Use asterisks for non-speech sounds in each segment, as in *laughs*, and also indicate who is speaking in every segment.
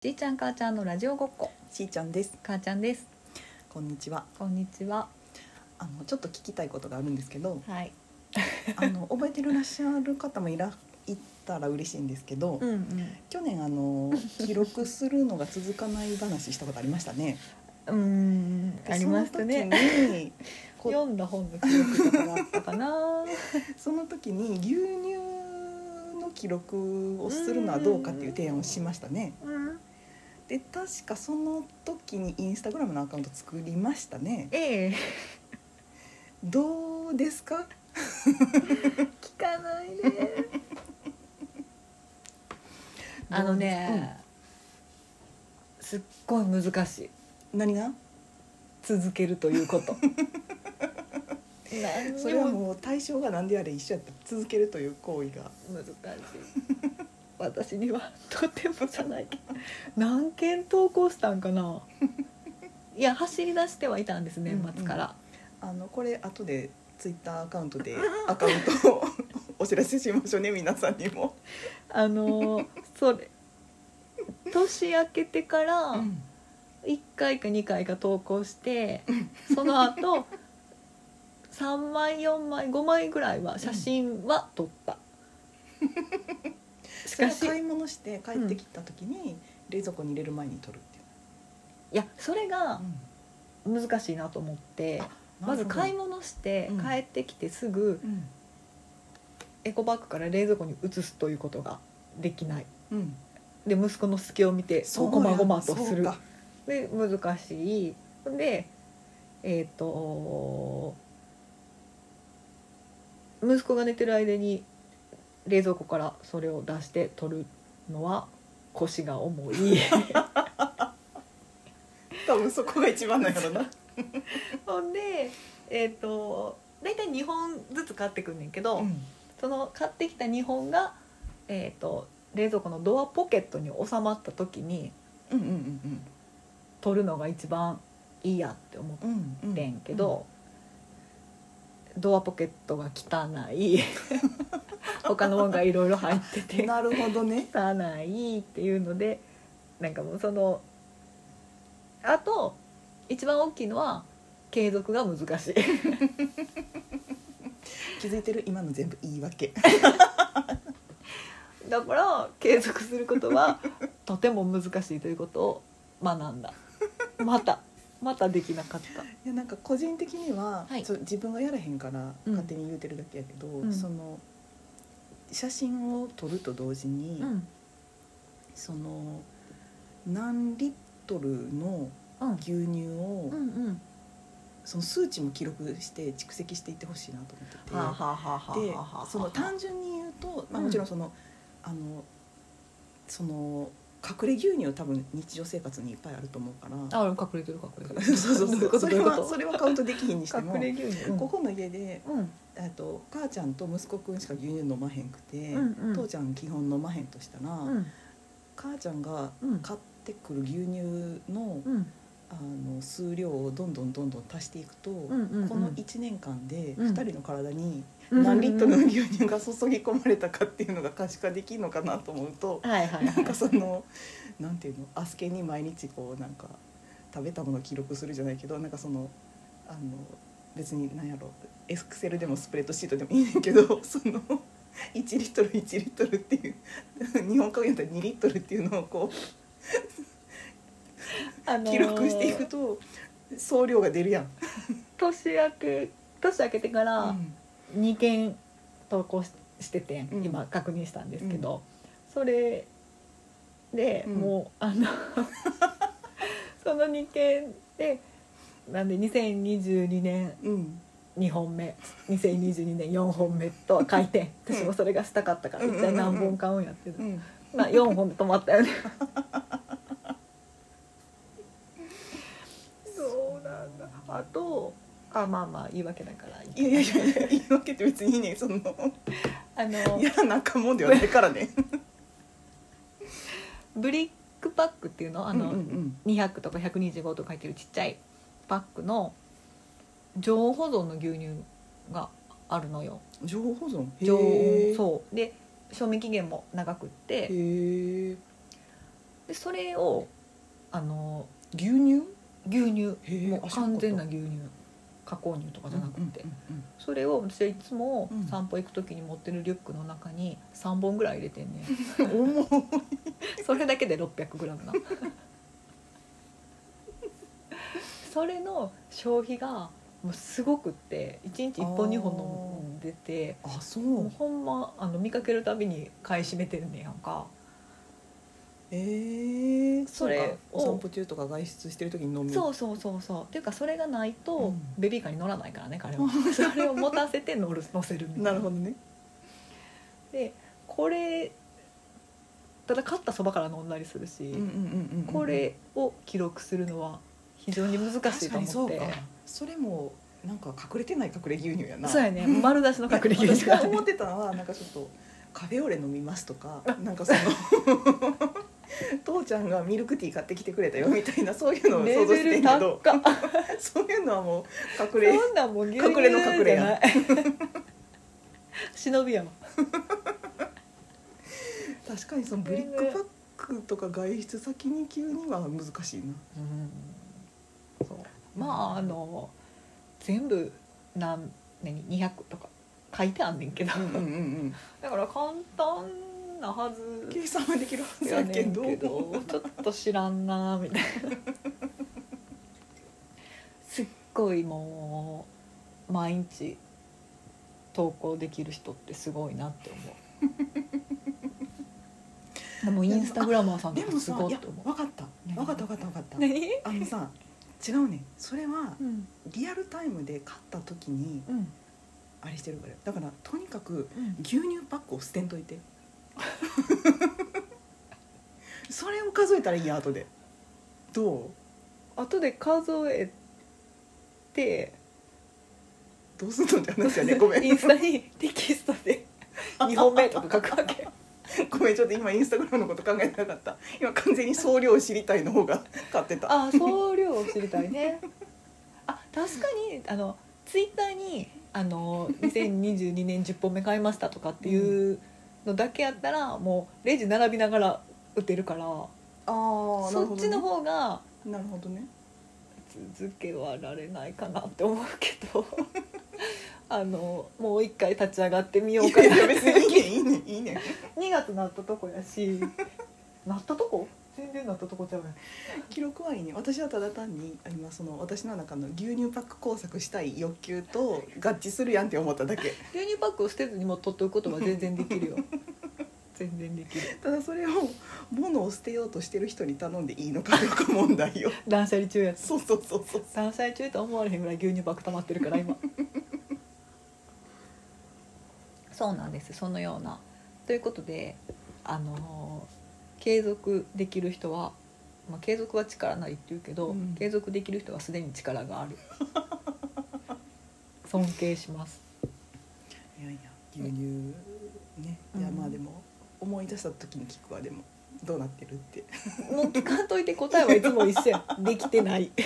Speaker 1: じいちゃん母ちゃんのラジオごっこ
Speaker 2: しーちゃんです
Speaker 1: 母ちゃんです
Speaker 2: こんにちは
Speaker 1: こんにちは
Speaker 2: あのちょっと聞きたいことがあるんですけど
Speaker 1: はい *laughs*
Speaker 2: あの覚えてらっしゃる方もいらいたら嬉しいんですけど、
Speaker 1: うんうん
Speaker 2: 去年あの記録するのが続かない話したことありました
Speaker 1: *laughs*
Speaker 2: ね
Speaker 1: うーんありましたね
Speaker 2: その時にこう
Speaker 1: 読んだ本の記録とかがあったか *laughs* な
Speaker 2: その時に牛乳の記録をするのはどうかっていう提案をしましたね
Speaker 1: うん
Speaker 2: で確かその時にインスタグラムのアカウント作りましたね
Speaker 1: ええ
Speaker 2: どうですか
Speaker 1: 聞かないね *laughs* あのね、すっごい難しい
Speaker 2: 何が
Speaker 1: 続けるという *laughs* こと何
Speaker 2: そ
Speaker 1: に
Speaker 2: れは
Speaker 1: も
Speaker 2: もう対象が何であれ一緒やった続けるという行為が
Speaker 1: 難しい私にはとてもじゃないけど何件投稿したんかないや走り出してはいたんです年末から、
Speaker 2: あのこれ後でツイッターアカウントでアカウントをお知らせしましょうね皆さんにも、
Speaker 1: あのーそれ年明けてから1回か2回か投稿して、その後3枚4枚5枚ぐらいは写真は撮った、し
Speaker 2: それ
Speaker 1: か
Speaker 2: は
Speaker 1: し
Speaker 2: 買い物して帰ってきた時に冷蔵庫に入れる前に取るっていう、
Speaker 1: いやそれが難しいなと思って、まず買い
Speaker 2: 物、
Speaker 1: 物して
Speaker 2: うん
Speaker 1: 帰ってきてすぐ
Speaker 2: うん
Speaker 1: エコバッグから冷蔵庫に移すということができない
Speaker 2: うん、
Speaker 1: で息子の隙を見て
Speaker 2: そう
Speaker 1: こ
Speaker 2: や
Speaker 1: ごまごまとする
Speaker 2: そうか
Speaker 1: で難しいでえっ、と息子が寝てる間に冷蔵庫からそれを出して取るのは腰が重
Speaker 2: *laughs*
Speaker 1: い
Speaker 2: 多分そこが一番だからな、
Speaker 1: ほんでえっ、と大体2本ずつ買ってくんねんけど、
Speaker 2: うん
Speaker 1: その買ってきた2本が、えー、と冷蔵庫のドアポケットに収まった時に
Speaker 2: うんうん
Speaker 1: 取るのが一番いいやって思
Speaker 2: うんうんう
Speaker 1: っ
Speaker 2: ん
Speaker 1: てんけど、ドアポケットが汚い *laughs* 他のものがいろいろ入って
Speaker 2: *laughs*
Speaker 1: て
Speaker 2: なるほどね
Speaker 1: 汚いっていうのでなんかもうそのあと一番大きいのは継続が難しい
Speaker 2: 気づいてる今の全部言い訳
Speaker 1: だから継続すること *laughs* はとても難しいということを学んだまたまたできなかった
Speaker 2: いやなんか個人的には、
Speaker 1: はい
Speaker 2: ちょ自分がやらへんから
Speaker 1: うん
Speaker 2: 勝手に言うてるだけやけど、
Speaker 1: ん
Speaker 2: その写真を撮ると同時に、
Speaker 1: うん
Speaker 2: その何リットルの
Speaker 1: うん
Speaker 2: 牛乳を、
Speaker 1: うんうん
Speaker 2: その数値も記録して蓄積していってほしいなと思ってて、
Speaker 1: はあはあはあはあ
Speaker 2: で
Speaker 1: はあはあ
Speaker 2: その単純に言うと、まあ、
Speaker 1: うん
Speaker 2: もちろんその,、あのその隠れ牛乳は多分日常生活にいっぱいあると思うから。
Speaker 1: あ俺も隠れてる隠れてる *laughs*
Speaker 2: *laughs* そうそう
Speaker 1: どい
Speaker 2: そ
Speaker 1: こ
Speaker 2: う
Speaker 1: とど
Speaker 2: それ
Speaker 1: ういうこ
Speaker 2: は
Speaker 1: と
Speaker 2: それはカウントできひんにしても
Speaker 1: 隠れ牛乳、うん
Speaker 2: ここの家で
Speaker 1: うん
Speaker 2: えっと母ちゃんと息子くんしか牛乳飲まへんくて、
Speaker 1: うんうん
Speaker 2: 父ちゃん基本飲まへんとしたら、
Speaker 1: うん
Speaker 2: 母ちゃんが
Speaker 1: うん
Speaker 2: 買ってくる牛乳の,、
Speaker 1: うん
Speaker 2: あの数量をどんどんどんどん足していくと、
Speaker 1: うんうん
Speaker 2: この1年間で
Speaker 1: うん
Speaker 2: 2人の体に
Speaker 1: うん
Speaker 2: 何リットルの牛乳が注ぎ込まれたかっていうのが可視化できるのかなと思うと、
Speaker 1: はいはいは
Speaker 2: *laughs* ないんかそのなんていうのあすけに毎日こうなんか食べたものを記録するじゃないけどなんかそのあの別に何やろエクセルでもスプレッドシートでもいいねんけど *laughs* その1リットル1リットルっていう日本株やったら2リットルっていうのをこ
Speaker 1: あ *laughs*
Speaker 2: う
Speaker 1: のー
Speaker 2: 記録していくと総量が出るやん。
Speaker 1: 年明け年明けてから2件投稿ししててん
Speaker 2: うん
Speaker 1: 今確認したんですけど、それで、
Speaker 2: うん
Speaker 1: もうあの *laughs* その2件でなんで2022年
Speaker 2: うん
Speaker 1: 2本目2022年4本目とは書いてん私もそれがしたかったから
Speaker 2: うん
Speaker 1: 一体何本買うんやっていう
Speaker 2: う
Speaker 1: の
Speaker 2: ん
Speaker 1: まあ4本で止まったよね *laughs* そうなんだあとあまあまあ言い訳だから
Speaker 2: いやいやいやいや言い訳って別にいいねんその
Speaker 1: あの
Speaker 2: やらなあかんもんではないからね。
Speaker 1: ブリックパックっていうのあの、
Speaker 2: うんうん
Speaker 1: 200とか125とか入ってるちっちゃいパックの常温保存の牛乳があるのよ
Speaker 2: うん、情報保存
Speaker 1: 常温
Speaker 2: う
Speaker 1: そうで賞味期限も長くって
Speaker 2: へえ
Speaker 1: でそれをあの
Speaker 2: 牛乳
Speaker 1: 牛乳
Speaker 2: へえ
Speaker 1: も
Speaker 2: あ
Speaker 1: う
Speaker 2: 知らん
Speaker 1: 完
Speaker 2: かった
Speaker 1: 全な牛乳加工乳とかじゃなくて、
Speaker 2: うん
Speaker 1: それを私はいつも
Speaker 2: うん
Speaker 1: 散歩行く時に持ってるリュックの中に3本ぐらい入れてんねん
Speaker 2: うんうん *laughs* 重い
Speaker 1: それだけで 600g なそれの消費がもうすごくって1日1
Speaker 2: あー
Speaker 1: 本2本飲んでて
Speaker 2: あそ
Speaker 1: もう
Speaker 2: う
Speaker 1: ほんまあの見かけるたびに買い占めてるねんやんか
Speaker 2: えー、
Speaker 1: それ
Speaker 2: そうか
Speaker 1: を
Speaker 2: お散歩中とか外出してる時に飲む
Speaker 1: そううそうそうそうっていうかそれがないと、
Speaker 2: うん
Speaker 1: ベビーカーに乗らないからね
Speaker 2: *laughs*
Speaker 1: 彼はそれを持たせて乗る乗せるみたいな
Speaker 2: なるほどね
Speaker 1: でこれただ勝ったそばから飲んだりするし、
Speaker 2: うんうんうんうん
Speaker 1: これを記録するのは非常に難しいと思って
Speaker 2: 確かにそうかそれもなんか隠れてない隠れ牛乳や
Speaker 1: そう
Speaker 2: な
Speaker 1: やね丸出しの確率
Speaker 2: 私 *laughs* が思ってたのはなんかちょっとカフェオレ飲みますとかなんかその *laughs* 父ちゃんがミルクティー買ってきてくれたよみたいなそういうのを想
Speaker 1: レ
Speaker 2: 像して
Speaker 1: ベル
Speaker 2: んけ
Speaker 1: 高
Speaker 2: どそういうのはもう隠れ
Speaker 1: そんなんもう牛
Speaker 2: 隠れの隠れやん
Speaker 1: ない *laughs* 忍びやん
Speaker 2: 確かにそのブリックパックとか外出先に急には難しいなそう
Speaker 1: まああの全部何何200とか書いてあんねんけど、
Speaker 2: うんうんうんうん
Speaker 1: だから簡単なはず
Speaker 2: 計算はできるはず
Speaker 1: や
Speaker 2: や
Speaker 1: ね
Speaker 2: け
Speaker 1: ん
Speaker 2: ど
Speaker 1: けどちょっと知らんなみたいなすっごいもう毎日投稿できる人ってすごいなって思うでもインスタグラマーさんと
Speaker 2: で
Speaker 1: か
Speaker 2: も
Speaker 1: す
Speaker 2: さ
Speaker 1: ご
Speaker 2: い
Speaker 1: い
Speaker 2: や
Speaker 1: と思う
Speaker 2: 分かった分かった分かった分かった
Speaker 1: 何
Speaker 2: あのさ違うねそれは
Speaker 1: うん
Speaker 2: リアルタイムで買った時に
Speaker 1: うん
Speaker 2: あれしてるからだからとにかく
Speaker 1: うん
Speaker 2: 牛乳パックを捨てんと
Speaker 1: *laughs*
Speaker 2: いてそれを数えたらいいや後でどう
Speaker 1: 後で数えて
Speaker 2: どうすんのって話やねごめ
Speaker 1: イ
Speaker 2: ん
Speaker 1: ンスタにテキストで2本目とか書くわけ
Speaker 2: ごめんちょっと今インスタグラムのこと考えてなかった今完全に総量を知りたいの方が買ってた
Speaker 1: あ総量を知りたいね *laughs* あ確かにあのツイッターにあの2022年10本目買いましたとかっていうのだけやったらもうレジ並びながら打てるから
Speaker 2: あー
Speaker 1: そっちの
Speaker 2: ね
Speaker 1: 方が
Speaker 2: なるほどね
Speaker 1: 続けはられないかなって思うけど *laughs* あのもう一回立ち上がってみようか
Speaker 2: い
Speaker 1: な
Speaker 2: やいや別にいいねいいねいいね
Speaker 1: 2月なったとこやしなったとこ全然なったとこちゃうやん
Speaker 2: 記録はいいね私はただ単に今その私の中の牛乳パック工作したい欲求と合致するやんって思っただけ
Speaker 1: 牛乳パックを捨てずにもう取っておくことは全然でき *laughs* るよ全然できる
Speaker 2: ただそれを物を捨てようとしてる人に頼んでいいのかどうか問題よ
Speaker 1: 断捨離中やつ
Speaker 2: そうそうそうそう
Speaker 1: 断捨離中と思われへんぐらい牛乳パック溜まってるから今 *laughs* そうなんですそのようなということであのー継続できる人は、まあ、継続は力なりって言うけど、
Speaker 2: うん
Speaker 1: 継続できる人はすでに力があ *laughs* る尊敬します
Speaker 2: いやいや牛乳ね、いや
Speaker 1: うん
Speaker 2: まあでも思い出した時に聞くわでもどうなってるって
Speaker 1: もう聞かんといて答えはいつも一緒やできてない *laughs*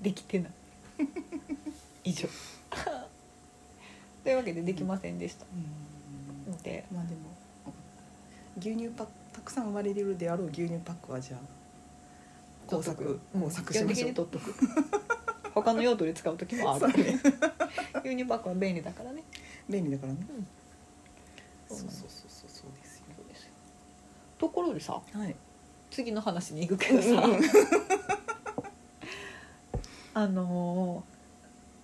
Speaker 1: できてない以上というわけでできませんでしたので
Speaker 2: まあでも牛乳パックたくさん生まれるであろう牛乳パックはじゃあ工作工作し
Speaker 1: 基本
Speaker 2: ま
Speaker 1: 的
Speaker 2: しょ
Speaker 1: に
Speaker 2: う
Speaker 1: 取っとく他の用途で使う時もあ
Speaker 2: そう
Speaker 1: る
Speaker 2: *laughs* ね
Speaker 1: 牛乳パックは便利だからね
Speaker 2: 便利だからね
Speaker 1: うん
Speaker 2: そうそうそうそうそうですよ
Speaker 1: ところでさ
Speaker 2: はい
Speaker 1: 次の話に行くけどさ、
Speaker 2: うんうん
Speaker 1: *laughs* あのー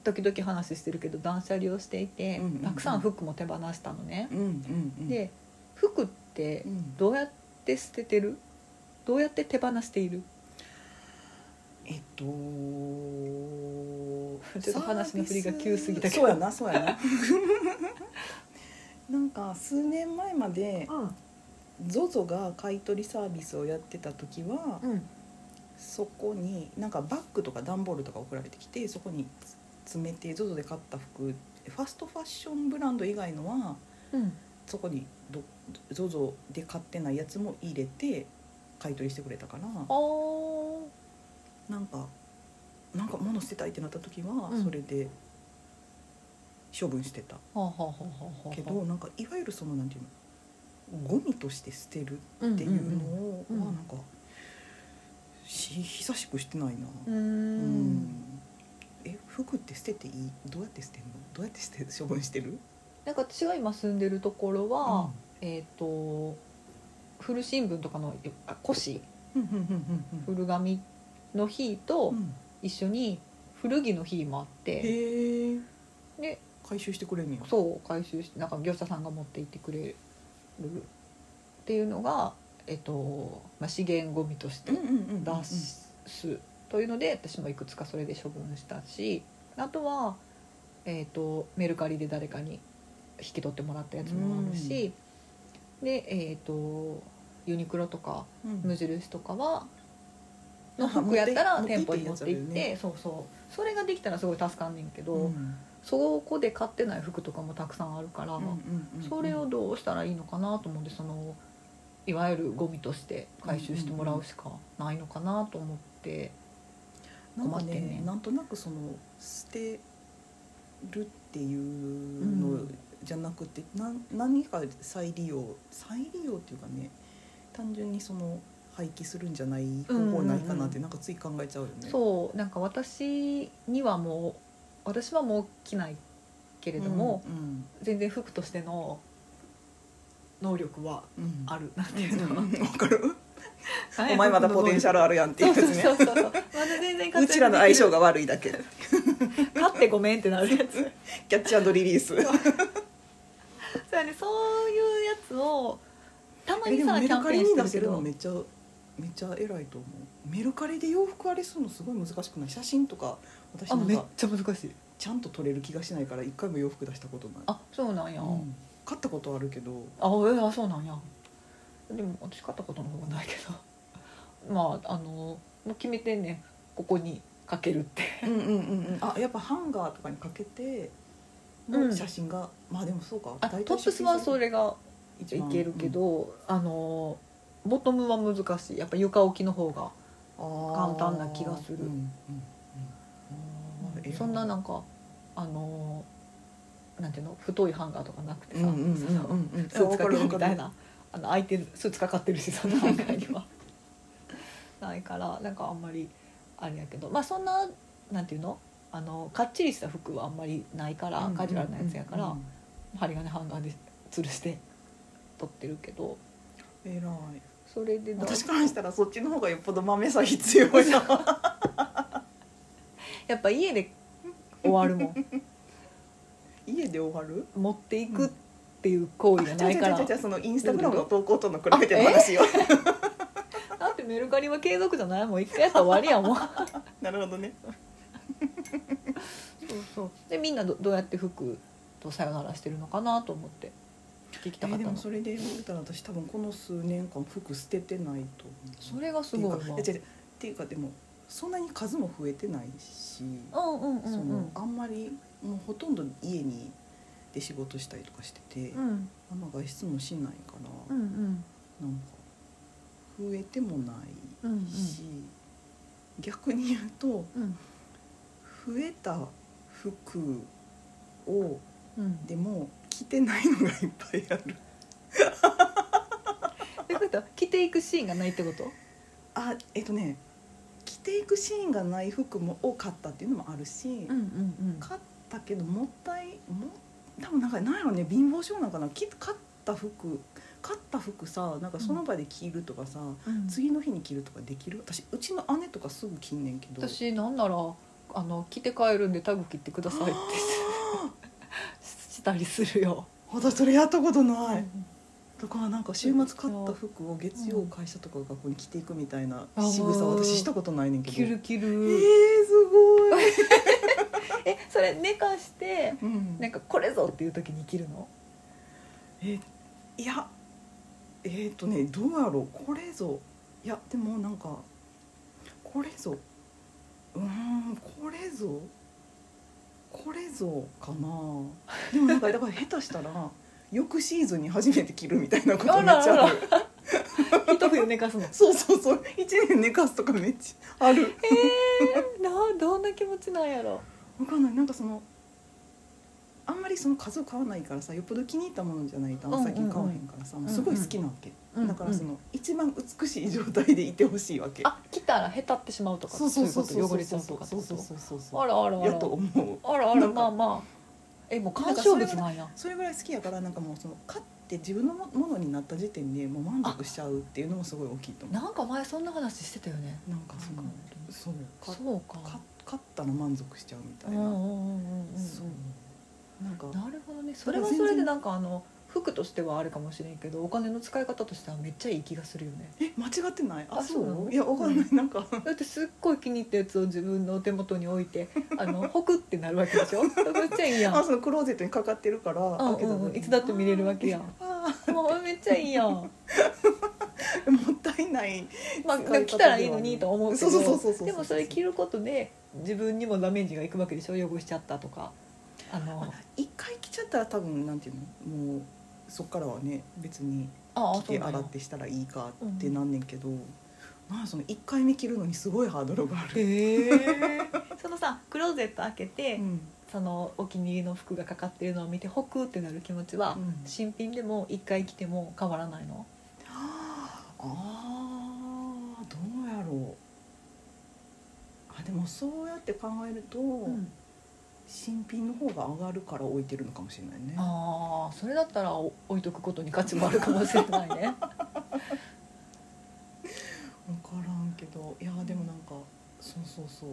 Speaker 1: 時々話してるけど断捨離をしていて、
Speaker 2: うんうんうん
Speaker 1: たくさん服も手放したのね
Speaker 2: う、んうんうん
Speaker 1: で服って
Speaker 2: うん
Speaker 1: どうやって捨ててるどうやって手放している
Speaker 2: えっと
Speaker 1: ちょっと話の振りが急すぎたけど
Speaker 2: そうやなそうやな *laughs* なんか数年前まで
Speaker 1: うん、
Speaker 2: ZOZO が買い取りサービスをやってた時は、
Speaker 1: うん、
Speaker 2: そこになんかバッグとか段ボールとか送られてきてそこに詰めて ZOZO で買った服ファストファッションブランド以外のは
Speaker 1: うん、
Speaker 2: そこにど ZOZO で買ってないやつも入れて買い取りしてくれたから
Speaker 1: あー
Speaker 2: なんかなんか物捨てたいってなった時は
Speaker 1: うん
Speaker 2: それで処分してた
Speaker 1: はあはあはあはあはあ
Speaker 2: けど、なんかいわゆるそのなんていうのゴミとして捨てるっていうのを、
Speaker 1: うんうんうん
Speaker 2: はなんかし久しくしてないな。
Speaker 1: うー
Speaker 2: うんんえ服って捨てていいどうやって捨てんのどうやって捨て処分してる
Speaker 1: なんか私が今住んでるところ
Speaker 2: あ
Speaker 1: は、えっ、と古新聞とかのあ古紙
Speaker 2: うんうんうんうん
Speaker 1: 古紙の日と
Speaker 2: うん
Speaker 1: 一緒に古着の日もあって、
Speaker 2: へえ
Speaker 1: で
Speaker 2: 回収してくれんねや
Speaker 1: そう回収してなんか業者さんが持って行ってくれるっていうのが、えっとまあ、資源ゴミとして
Speaker 2: うんうんうんうん
Speaker 1: 出すというので私もいくつかそれで処分したしあとは、えー、とメルカリで誰かに引き取ってもらったやつもあるし、で、えー、とユニクロとか
Speaker 2: うん
Speaker 1: 無印とかは
Speaker 2: うん
Speaker 1: の服やったら
Speaker 2: 持って
Speaker 1: 店舗に持って行って
Speaker 2: 持って行っていいやつあるよね
Speaker 1: そうそうそれができたらすごい助かんねんけど、
Speaker 2: うん
Speaker 1: そこで買ってない服とかもたくさんあるから、
Speaker 2: うんうんうん
Speaker 1: それをどうしたらいいのかなと思うんでそのいわゆるゴミとして回収してもらうしかないのかなと思って
Speaker 2: なんか
Speaker 1: 困ってん
Speaker 2: ね
Speaker 1: ね
Speaker 2: なんとなくその捨てるっていうの
Speaker 1: うん
Speaker 2: じゃなくて、なん何か再利用再利用っていうかね単純にその廃棄するんじゃない方法ないかなっ
Speaker 1: うんう
Speaker 2: て
Speaker 1: んうん
Speaker 2: なんかつい考えちゃうよね。
Speaker 1: そうなんか私にはもう私はもう着ないけれども、
Speaker 2: うん
Speaker 1: 全然服としての能力は
Speaker 2: うんうん
Speaker 1: あるなんていうの、
Speaker 2: うんわかる
Speaker 1: なんや
Speaker 2: お前まだポテンシャルあるやんってい
Speaker 1: そううそう
Speaker 2: やつ
Speaker 1: そうそ
Speaker 2: ね
Speaker 1: うまだ全然活躍できる
Speaker 2: うちらの相性が悪いだけ
Speaker 1: 勝ってごめんってなるやつ
Speaker 2: キャッチリリ
Speaker 1: *laughs*
Speaker 2: ース
Speaker 1: そうやねそういうやつをたま
Speaker 2: え
Speaker 1: に
Speaker 2: でも
Speaker 1: さ
Speaker 2: メ
Speaker 1: キャ
Speaker 2: ル
Speaker 1: ン
Speaker 2: カ
Speaker 1: ペー
Speaker 2: リ
Speaker 1: ンし
Speaker 2: に
Speaker 1: て
Speaker 2: 出
Speaker 1: る
Speaker 2: せ
Speaker 1: け
Speaker 2: るの
Speaker 1: ど
Speaker 2: めっちゃめっちゃ偉いと思うメルカリで洋服あれするのすごい難しくない写真とか私
Speaker 1: あ
Speaker 2: なん
Speaker 1: めっ
Speaker 2: か
Speaker 1: ちゃ難しい
Speaker 2: ちゃんと撮れる気がしないから一回も洋服出したことない
Speaker 1: あそうなんや、
Speaker 2: うん買ったことあるけど
Speaker 1: あえあそうなんやでも私買ったことの方がないけど *laughs* まああのもう決めてんねんここにかけるって
Speaker 2: うんうんうんうんあやっぱハンガーとかにかけての写真が、まあでもそうか
Speaker 1: あトップスはそれが
Speaker 2: 一
Speaker 1: い
Speaker 2: 番
Speaker 1: けるけ、ど、あのボトムは難しいやっぱ床置きの方が
Speaker 2: うん
Speaker 1: 簡単な気がする
Speaker 2: うんうんうんあー偉い
Speaker 1: そんななんかあのなんていうの太いハンガーとかなくて
Speaker 2: うん
Speaker 1: さ、
Speaker 2: うんうんうんうん
Speaker 1: そのスーツかけるみ
Speaker 2: わか
Speaker 1: たい
Speaker 2: るわかる
Speaker 1: なあの空いてるスーツかかってるし *laughs* そんなハンガーにはないからなんかあんまりあれやけどまあそんななんていうのあのかっちりした服はあんまりないから、カジュアルなやつやから、
Speaker 2: うんうんうん
Speaker 1: 針金ハンガーで吊るして撮ってるけど
Speaker 2: 偉い
Speaker 1: それでどう
Speaker 2: 私からしたらそっちの方がよっぽど豆さ必要や
Speaker 1: やっぱ家で終わるもん
Speaker 2: *laughs* 家で終わる
Speaker 1: 持っていくっていう行為が
Speaker 2: じ
Speaker 1: な
Speaker 2: ゃあ
Speaker 1: い
Speaker 2: じ
Speaker 1: か
Speaker 2: ゃ
Speaker 1: ら
Speaker 2: あ
Speaker 1: *laughs*
Speaker 2: じ
Speaker 1: だ
Speaker 2: ゃあじゃあそのインスタグラムの投稿との比べての話よ
Speaker 1: ってメルカリは継続じゃないもう一回やったら終わりやもん *laughs* そ
Speaker 2: *laughs* なるほどね
Speaker 1: うそうでみんなどどうやって服とさよならしてるのかなと思って聞き
Speaker 2: え
Speaker 1: たかった
Speaker 2: で
Speaker 1: の、
Speaker 2: もそれで言ったら私多分この数年間服捨ててないと思う
Speaker 1: それがすごいわ
Speaker 2: っていうか違う違うっていうかでもそんなに数も増えてないし、
Speaker 1: うんうんう
Speaker 2: そ
Speaker 1: んうん
Speaker 2: のあんまりもうほとんど家にで仕事したりとかしてて、
Speaker 1: うんうん
Speaker 2: あんま外出もしないから、
Speaker 1: うん
Speaker 2: なんか増えてもな
Speaker 1: うんうん
Speaker 2: いし、逆に言うと
Speaker 1: うん
Speaker 2: 増えた服を
Speaker 1: うん
Speaker 2: でも着てないのがいっぱいある
Speaker 1: ってことは着ていくシーンがないってこと
Speaker 2: あえっとね着ていくシーンがない服も多かったっていうのもあるし、
Speaker 1: うんうん
Speaker 2: 買ったけどもったいも多分なんかなんやろね貧乏症なんかなき買った服買った服さなんかその場で着るとかさ、
Speaker 1: うん
Speaker 2: 次の日に着るとかできる私うちの姉とかすぐ着んねんけど
Speaker 1: 私なんならあの着て帰るんでタグ切ってくださいって
Speaker 2: あ
Speaker 1: ししたりするよ、
Speaker 2: ー *laughs* 私それやったことな、
Speaker 1: はい
Speaker 2: とかなんか週末買った服を月曜会社とか学校に着ていくみたいな
Speaker 1: うん
Speaker 2: 仕草
Speaker 1: あー
Speaker 2: 私したことないねんけど
Speaker 1: 着る着
Speaker 2: え
Speaker 1: る
Speaker 2: ー、すごい、
Speaker 1: えそれ寝かして
Speaker 2: うん
Speaker 1: なんかこれぞっていう時に着るの
Speaker 2: えいやえっ、ー、とねどうやろうこれぞいやでもなんかこれぞうーんこれぞこれぞかなでもなんかだから下手したら翌シーズンに初めて着るみたいなことめ
Speaker 1: あ
Speaker 2: っち
Speaker 1: ら
Speaker 2: ゃ
Speaker 1: あ
Speaker 2: あ
Speaker 1: ら
Speaker 2: る
Speaker 1: 一冬寝かすの
Speaker 2: そうそうそう1年寝かすとかめっちゃある
Speaker 1: などんな気持ちなんやろ
Speaker 2: 分かんないなんかそのあんまりその数を買わないからさよっぽど気に入ったものじゃないとあんま最近買わへんからさ、
Speaker 1: んうん
Speaker 2: すごい好きなわけ、
Speaker 1: うんうん
Speaker 2: だからその一番美しい状態でいてほしいわけ、
Speaker 1: あ来たらへたってしまうとかそういうこと汚れちゃうとかって
Speaker 2: そう
Speaker 1: こ
Speaker 2: そ
Speaker 1: と
Speaker 2: うそうそうそう
Speaker 1: あらあらあ
Speaker 2: やと
Speaker 1: ら
Speaker 2: 思う
Speaker 1: あらあ
Speaker 2: な
Speaker 1: ら
Speaker 2: んか
Speaker 1: まあまあえもう鑑賞物なんや
Speaker 2: それぐらい好きやからなんかもうその買って自分のもものになった時点でもう満足しちゃうっていうのもすごい大きいと思
Speaker 1: なんか前そんな話してたよね
Speaker 2: うなんかその
Speaker 1: なんか
Speaker 2: そうか
Speaker 1: そうか
Speaker 2: か買ったら満足しちゃうみた
Speaker 1: う
Speaker 2: い
Speaker 1: ん
Speaker 2: な、
Speaker 1: うんうんうんうん
Speaker 2: そうなんか
Speaker 1: なるほどねそ
Speaker 2: そ
Speaker 1: れ
Speaker 2: れ
Speaker 1: は
Speaker 2: は
Speaker 1: それで
Speaker 2: 全然
Speaker 1: なんかあの服としてはあるかもしれんけどお金の使い方としてはめっちゃいい気がするよね
Speaker 2: え間違ってない
Speaker 1: あ
Speaker 2: あそ
Speaker 1: そ
Speaker 2: う
Speaker 1: うなの
Speaker 2: いやわかんない、なんか
Speaker 1: だってすっごい気に入ったやつを自分のお手元に置いてあ
Speaker 2: *laughs*
Speaker 1: のほくってなるわけでしょめっちゃいいやん
Speaker 2: あそのクローゼットにかかってるから、
Speaker 1: うん
Speaker 2: 開けた
Speaker 1: うんうん
Speaker 2: 時に
Speaker 1: いつだって見れるわけやん
Speaker 2: あ
Speaker 1: もうめっちゃいいやん
Speaker 2: ーもったいない
Speaker 1: まあ
Speaker 2: 使い方ではね
Speaker 1: 来たらいいのにと思うけど
Speaker 2: そうそうそうそうそう
Speaker 1: でもそれ着ることで自分にもダメージがいくわけでしょ汚しちゃったとかあの
Speaker 2: 一回着ちゃったら多分なんていうのもうそっからはね別に
Speaker 1: あ
Speaker 2: 着
Speaker 1: そう
Speaker 2: て
Speaker 1: なんや
Speaker 2: 洗ってしたらいいかってなんねんけど、まあその一回目着るのにすごいハードルがある、
Speaker 1: へえ *laughs* そのさクローゼット開けて、
Speaker 2: うん
Speaker 1: そのお気に入りの服がかかってるのを見てホクってなる気持ちは、
Speaker 2: うん
Speaker 1: 新品でも一回着ても変わらないの
Speaker 2: あーどうやろうあでもそうやって考えると、
Speaker 1: うん
Speaker 2: 新品の方が上がるから置いてるのかもしれないね
Speaker 1: ああそれだったらお置いとくことに価値もあるかもしれない *laughs* ね
Speaker 2: 分からんけどいやでもなんかそうそうそう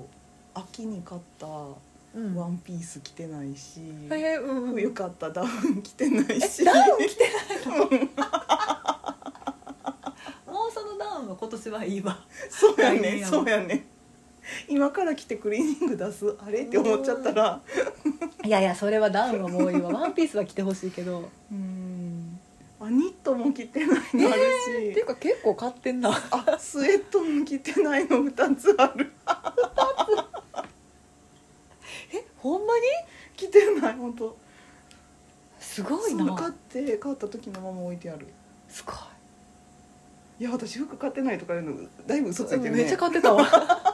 Speaker 2: 秋に買った
Speaker 1: うん
Speaker 2: ワンピース着てないし、
Speaker 1: えーうんうん
Speaker 2: 冬買ったダウン着てないし
Speaker 1: ダウン着てないのもうそのダウンは今年はいいわ
Speaker 2: *laughs* そうや
Speaker 1: 来年
Speaker 2: ね
Speaker 1: やわ
Speaker 2: そうやね今から来てクリーニング出すあれって思っちゃったら
Speaker 1: いやいやそれはダウンはもういいわワンピースは着てほしいけど
Speaker 2: うんあニットも着てないのある
Speaker 1: って
Speaker 2: し
Speaker 1: い、うか結構買ってんな
Speaker 2: あスウェットも着てないの2つある
Speaker 1: えほんまに
Speaker 2: 着てない本当
Speaker 1: すごい
Speaker 2: そう買っ
Speaker 1: な
Speaker 2: て買った時のまま置いてある
Speaker 1: すごい
Speaker 2: いや私服買ってないとかいうのだいぶ嘘ついてるね
Speaker 1: めっちゃ買ってたわ *laughs*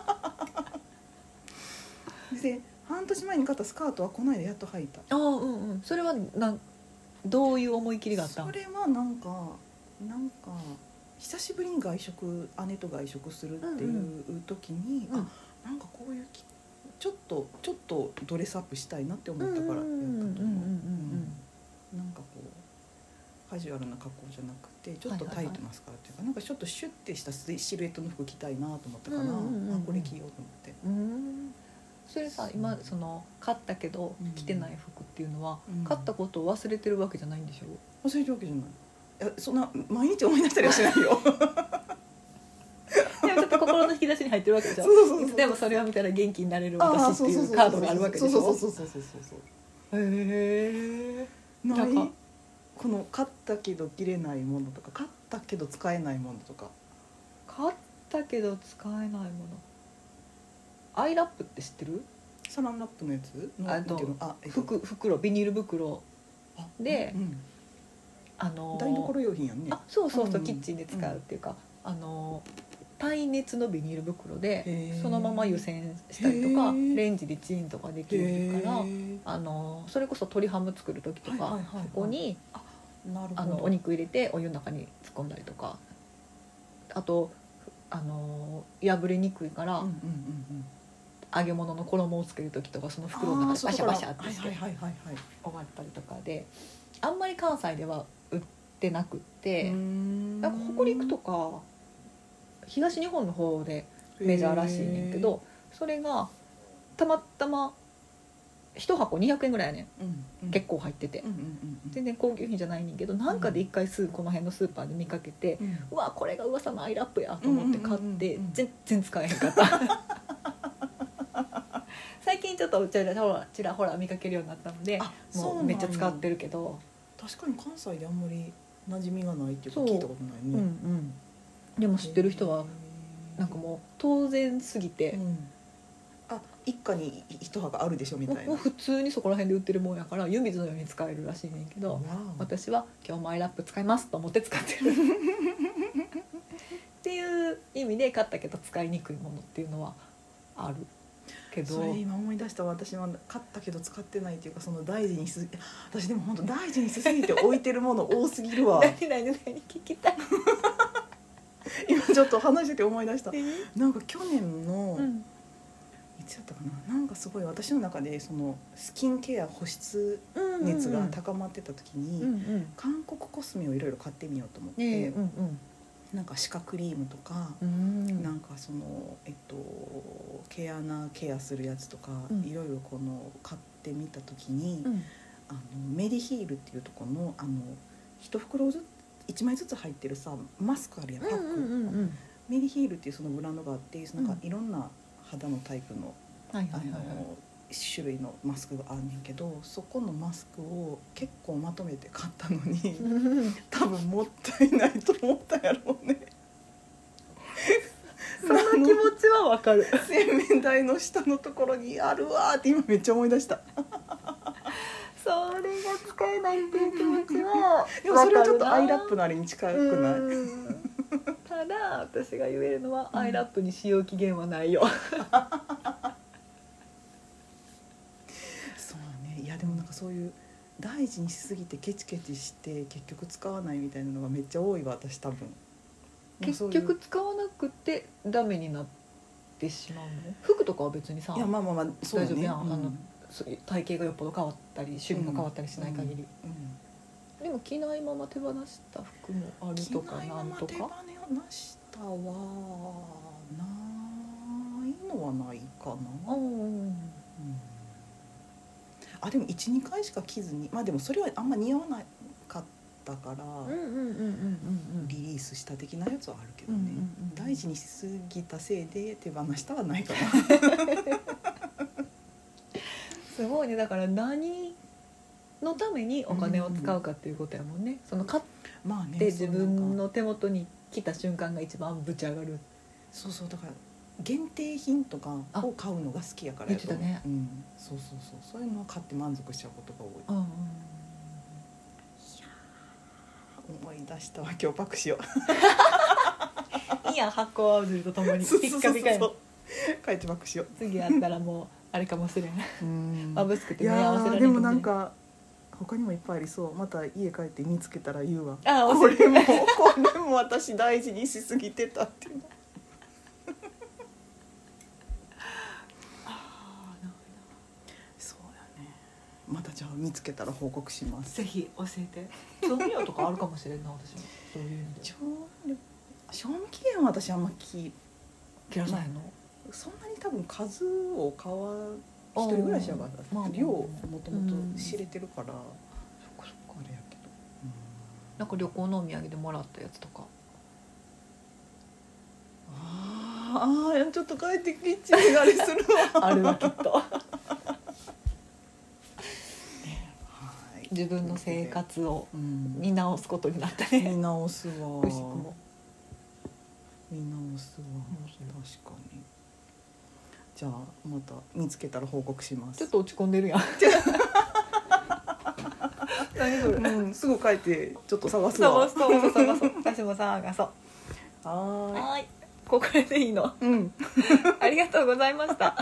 Speaker 2: で半年前に買ったスカートはこの間やっと履いた
Speaker 1: ああうんうんそれはなんどういう思い切りがあった
Speaker 2: そ
Speaker 1: ん
Speaker 2: れはなんかなんか久しぶりに外食姉と外食するっていう時に、
Speaker 1: うんうん
Speaker 2: あなんかこういうきちょっとちょっとドレスアップしたいなって思ったからやったと思
Speaker 1: うんう
Speaker 2: う
Speaker 1: んうんうんうんうん
Speaker 2: うんなんかこうカジュアルな格好じゃなくてちょっとタイトなスカートっていうか、なんかちょっとシュッてしたシルエットの服着たいなと思ったから、
Speaker 1: うんうんうんうん
Speaker 2: あこれ着ようと思って、
Speaker 1: うんそれさ今その買ったけど
Speaker 2: うん
Speaker 1: 着てない服っていうのは、
Speaker 2: うん
Speaker 1: 買ったことを忘れてるわけじゃないんでしょ
Speaker 2: 忘れてるわけじゃないいやそんな毎日思い出したりはしないよ
Speaker 1: でもちょっと心の引き出しに入ってるわけ *laughs* じゃん
Speaker 2: そうそうそうそう
Speaker 1: いつでもそれを見たら元気になれる
Speaker 2: あー
Speaker 1: 私って
Speaker 2: そう
Speaker 1: い
Speaker 2: そうそう
Speaker 1: う
Speaker 2: そう
Speaker 1: カードがあるわけでし
Speaker 2: そうそ
Speaker 1: ょ
Speaker 2: うそうそうそうそうそう
Speaker 1: へえな
Speaker 2: なんい
Speaker 1: か
Speaker 2: この買ったけど着れないものとか買ったけど使えないものとか
Speaker 1: 買ったけど使えないものアイラップって知ってる
Speaker 2: サランラップのやつの
Speaker 1: あ
Speaker 2: なんていうのあ、えっと
Speaker 1: 服袋ビニール袋
Speaker 2: あ
Speaker 1: で
Speaker 2: うん
Speaker 1: あのー
Speaker 2: 台所用品やんね
Speaker 1: あそうそうそう、
Speaker 2: うん
Speaker 1: キッチンで使うっていうか、あの耐熱のビニール袋で
Speaker 2: へー
Speaker 1: そのまま湯煎したりとか
Speaker 2: へー
Speaker 1: レンジでチンとかできるからあのそれこそ鶏ハム作る時とか、
Speaker 2: はいはいはいはい
Speaker 1: そこに
Speaker 2: なる
Speaker 1: あ
Speaker 2: ほ
Speaker 1: の
Speaker 2: ど
Speaker 1: お肉入れてお湯の中に突っ込んだりとかあとあの破れにくいから、
Speaker 2: うんうんうん
Speaker 1: 揚げ物の衣をつける時とかその
Speaker 2: うん
Speaker 1: 袋の中
Speaker 2: あー
Speaker 1: でバ
Speaker 2: 外
Speaker 1: シャ
Speaker 2: から
Speaker 1: バシャってして
Speaker 2: はいはいはいはいはい
Speaker 1: 終わったりとかであんまり関西では売ってなくって。
Speaker 2: うーん
Speaker 1: なんか北陸とか東日本の方でメジャーらしいねんけどそれがたまたま1箱200円ぐらいやね
Speaker 2: へーうんうん
Speaker 1: ん結構入ってて
Speaker 2: うんうんうんうん
Speaker 1: 全然高級品じゃないねんけどなんかで1回すぐこの辺のスーパーで見かけて
Speaker 2: うん
Speaker 1: うわこれが噂のアイラップやと思って買っ
Speaker 2: うんうんうん
Speaker 1: て
Speaker 2: うん
Speaker 1: 全然使えへんかった *laughs* 最近ちょっとちらほらちらほら見かけるようになったので
Speaker 2: あそう
Speaker 1: も
Speaker 2: な
Speaker 1: うんめ
Speaker 2: や
Speaker 1: っちゃ使ってるけど
Speaker 2: 確かに関西であんまり馴染みがないっていうか
Speaker 1: そう
Speaker 2: 聞いたことないう
Speaker 1: ん
Speaker 2: ね
Speaker 1: うんでも知ってる人はなんかもう当然すぎて
Speaker 2: うんあ一家に一箱あるでしょみた
Speaker 1: も
Speaker 2: いう
Speaker 1: も
Speaker 2: な
Speaker 1: う普通にそこら辺で売ってるもんやから湯水のように使えるらしいねんけど、
Speaker 2: わあ
Speaker 1: 私は今日マイラップ使いますと思って使ってるっていう意味で買ったけど使いにくいものっていうのはあるけど
Speaker 2: それ今思い出した私は買ったけど使ってないっていうかその大事にし
Speaker 1: *laughs*
Speaker 2: すぎ私でも本当大事にしすぎて置いてるもの多すぎるわ
Speaker 1: 何何何聞きたい、
Speaker 2: 今ちょっと話してて思い出したなんか去年の、
Speaker 1: うん
Speaker 2: いつやったかななんかすごい私の中でそのスキンケア保湿熱が高まってた時に、
Speaker 1: うんうん
Speaker 2: 韓国コスメをいろいろ買ってみようと思って、
Speaker 1: ねえうんうん
Speaker 2: なんか歯科クリームとか、
Speaker 1: うん
Speaker 2: なんかそのえっと毛穴ケアするやつとか
Speaker 1: うん
Speaker 2: いろいろこの買ってみた時に、
Speaker 1: うん
Speaker 2: あのメリヒールっていうとこのあの一袋ずつ1枚ずつ入ってるさマスクあるやんパック、
Speaker 1: うんうんうんうん
Speaker 2: メリヒールっていうそのブランドがあってなんか
Speaker 1: うん
Speaker 2: いろんな肌のタイプの
Speaker 1: はい
Speaker 2: あ
Speaker 1: はいはいはい
Speaker 2: の種類のマスクがあんねんけどそこのマスクを結構まとめて買ったのに
Speaker 1: うん
Speaker 2: 多分もったいないと思ったやろうね
Speaker 1: その気持ちはわかる
Speaker 2: 洗面台の下のところにあるわーって今めっちゃ思い出した
Speaker 1: それが使えないっていう気持ちは
Speaker 2: でもそれはちょっと
Speaker 1: わか
Speaker 2: ア
Speaker 1: る
Speaker 2: イ
Speaker 1: な
Speaker 2: ラップのあれに近くない
Speaker 1: うんただ私が言えるのは、アイラップに使用期限はないよ
Speaker 2: そうねいやでもなんかそういう大事にしすぎてケチケチして結局使わないみたいなのがめっちゃ多いわ私多分でもそ
Speaker 1: 結
Speaker 2: ういう
Speaker 1: 局使わなくてダメになってしまうの服とかは別にさ
Speaker 2: いやまあまあまあそうだね
Speaker 1: 大丈夫やん
Speaker 2: うん
Speaker 1: あのそういう体型がよっぽど変わったり趣味が変わったりしない限り、
Speaker 2: うん
Speaker 1: でも着ないまま手放した服もあるとかなんと
Speaker 2: 着ないま
Speaker 1: か
Speaker 2: ま手放したはないのはないか
Speaker 1: う
Speaker 2: な、うん
Speaker 1: ん
Speaker 2: あでも12回しか着ずにまあでもそれはあんま似合わなかったから、
Speaker 1: うんうんうんうんうん
Speaker 2: リリースした的なやつはあるけど
Speaker 1: うん
Speaker 2: ね、
Speaker 1: うんうん
Speaker 2: 大事にしすぎたせいで手放したはないかな
Speaker 1: *laughs* すごいねだから何のためにお金を使うかっていうことやもんね、その買っ
Speaker 2: まあね
Speaker 1: て自分
Speaker 2: の
Speaker 1: の手元に来た瞬間が一番ぶち上がる
Speaker 2: そうそうだから限定品とかを買うのが好きやからやと思う
Speaker 1: 言ってたね
Speaker 2: うん、そうそうそうそういうのは買って満足しちゃうことが多
Speaker 1: うん
Speaker 2: い思い出したわ今日パックしよ
Speaker 1: *laughs*
Speaker 2: う
Speaker 1: いいやん発酵青汁とともに
Speaker 2: *laughs* そう
Speaker 1: ピ
Speaker 2: そう
Speaker 1: ッ
Speaker 2: そ
Speaker 1: カ
Speaker 2: う
Speaker 1: ピカやん
Speaker 2: そう帰ってパックしよ
Speaker 1: 次あったらもうあれかもしれん
Speaker 2: ううん
Speaker 1: 眩しくて
Speaker 2: い
Speaker 1: 目合
Speaker 2: や
Speaker 1: わせら
Speaker 2: ー
Speaker 1: れ
Speaker 2: で
Speaker 1: へん
Speaker 2: も
Speaker 1: も
Speaker 2: なんん
Speaker 1: ね
Speaker 2: か他にもいっぱいありそうまた家帰って見つけたら言うわ
Speaker 1: あ
Speaker 2: こ
Speaker 1: 教えて
Speaker 2: れもこれも私大事にしすぎてたっていうの
Speaker 1: あーなんか
Speaker 2: そうだねまたじゃあ見つけたら報告します
Speaker 1: ぜひ教えて調味料とかあるかもしれんな私もそういう意味で
Speaker 2: 賞味賞味期限は私あんまき
Speaker 1: 嫌いないの
Speaker 2: そんなに多分数を買わ一人暮らしやか
Speaker 1: あー
Speaker 2: ら
Speaker 1: まあ
Speaker 2: 量もともと知
Speaker 1: そっ
Speaker 2: れてるからあ
Speaker 1: かそっか
Speaker 2: れやけど
Speaker 1: なんか旅行のお土産でもらったやつとか
Speaker 2: あーあーちょっと帰ってキッチンがあれするわ
Speaker 1: あるわきっと
Speaker 2: *laughs* はい
Speaker 1: *laughs* 自分の生活を
Speaker 2: うん
Speaker 1: 見直すことになった
Speaker 2: 見
Speaker 1: ね
Speaker 2: 直すわ
Speaker 1: 美味しくも
Speaker 2: 見直すわ確かにじゃあまた見つけたら報告します
Speaker 1: ちょっと落ち込んでるやん *laughs* 何それ
Speaker 2: うん、すぐ帰ってちょっと探す
Speaker 1: 探
Speaker 2: わ
Speaker 1: そう探そう探そう私も探そう
Speaker 2: はーい
Speaker 1: はいここでいいの
Speaker 2: うん
Speaker 1: ありがとうございました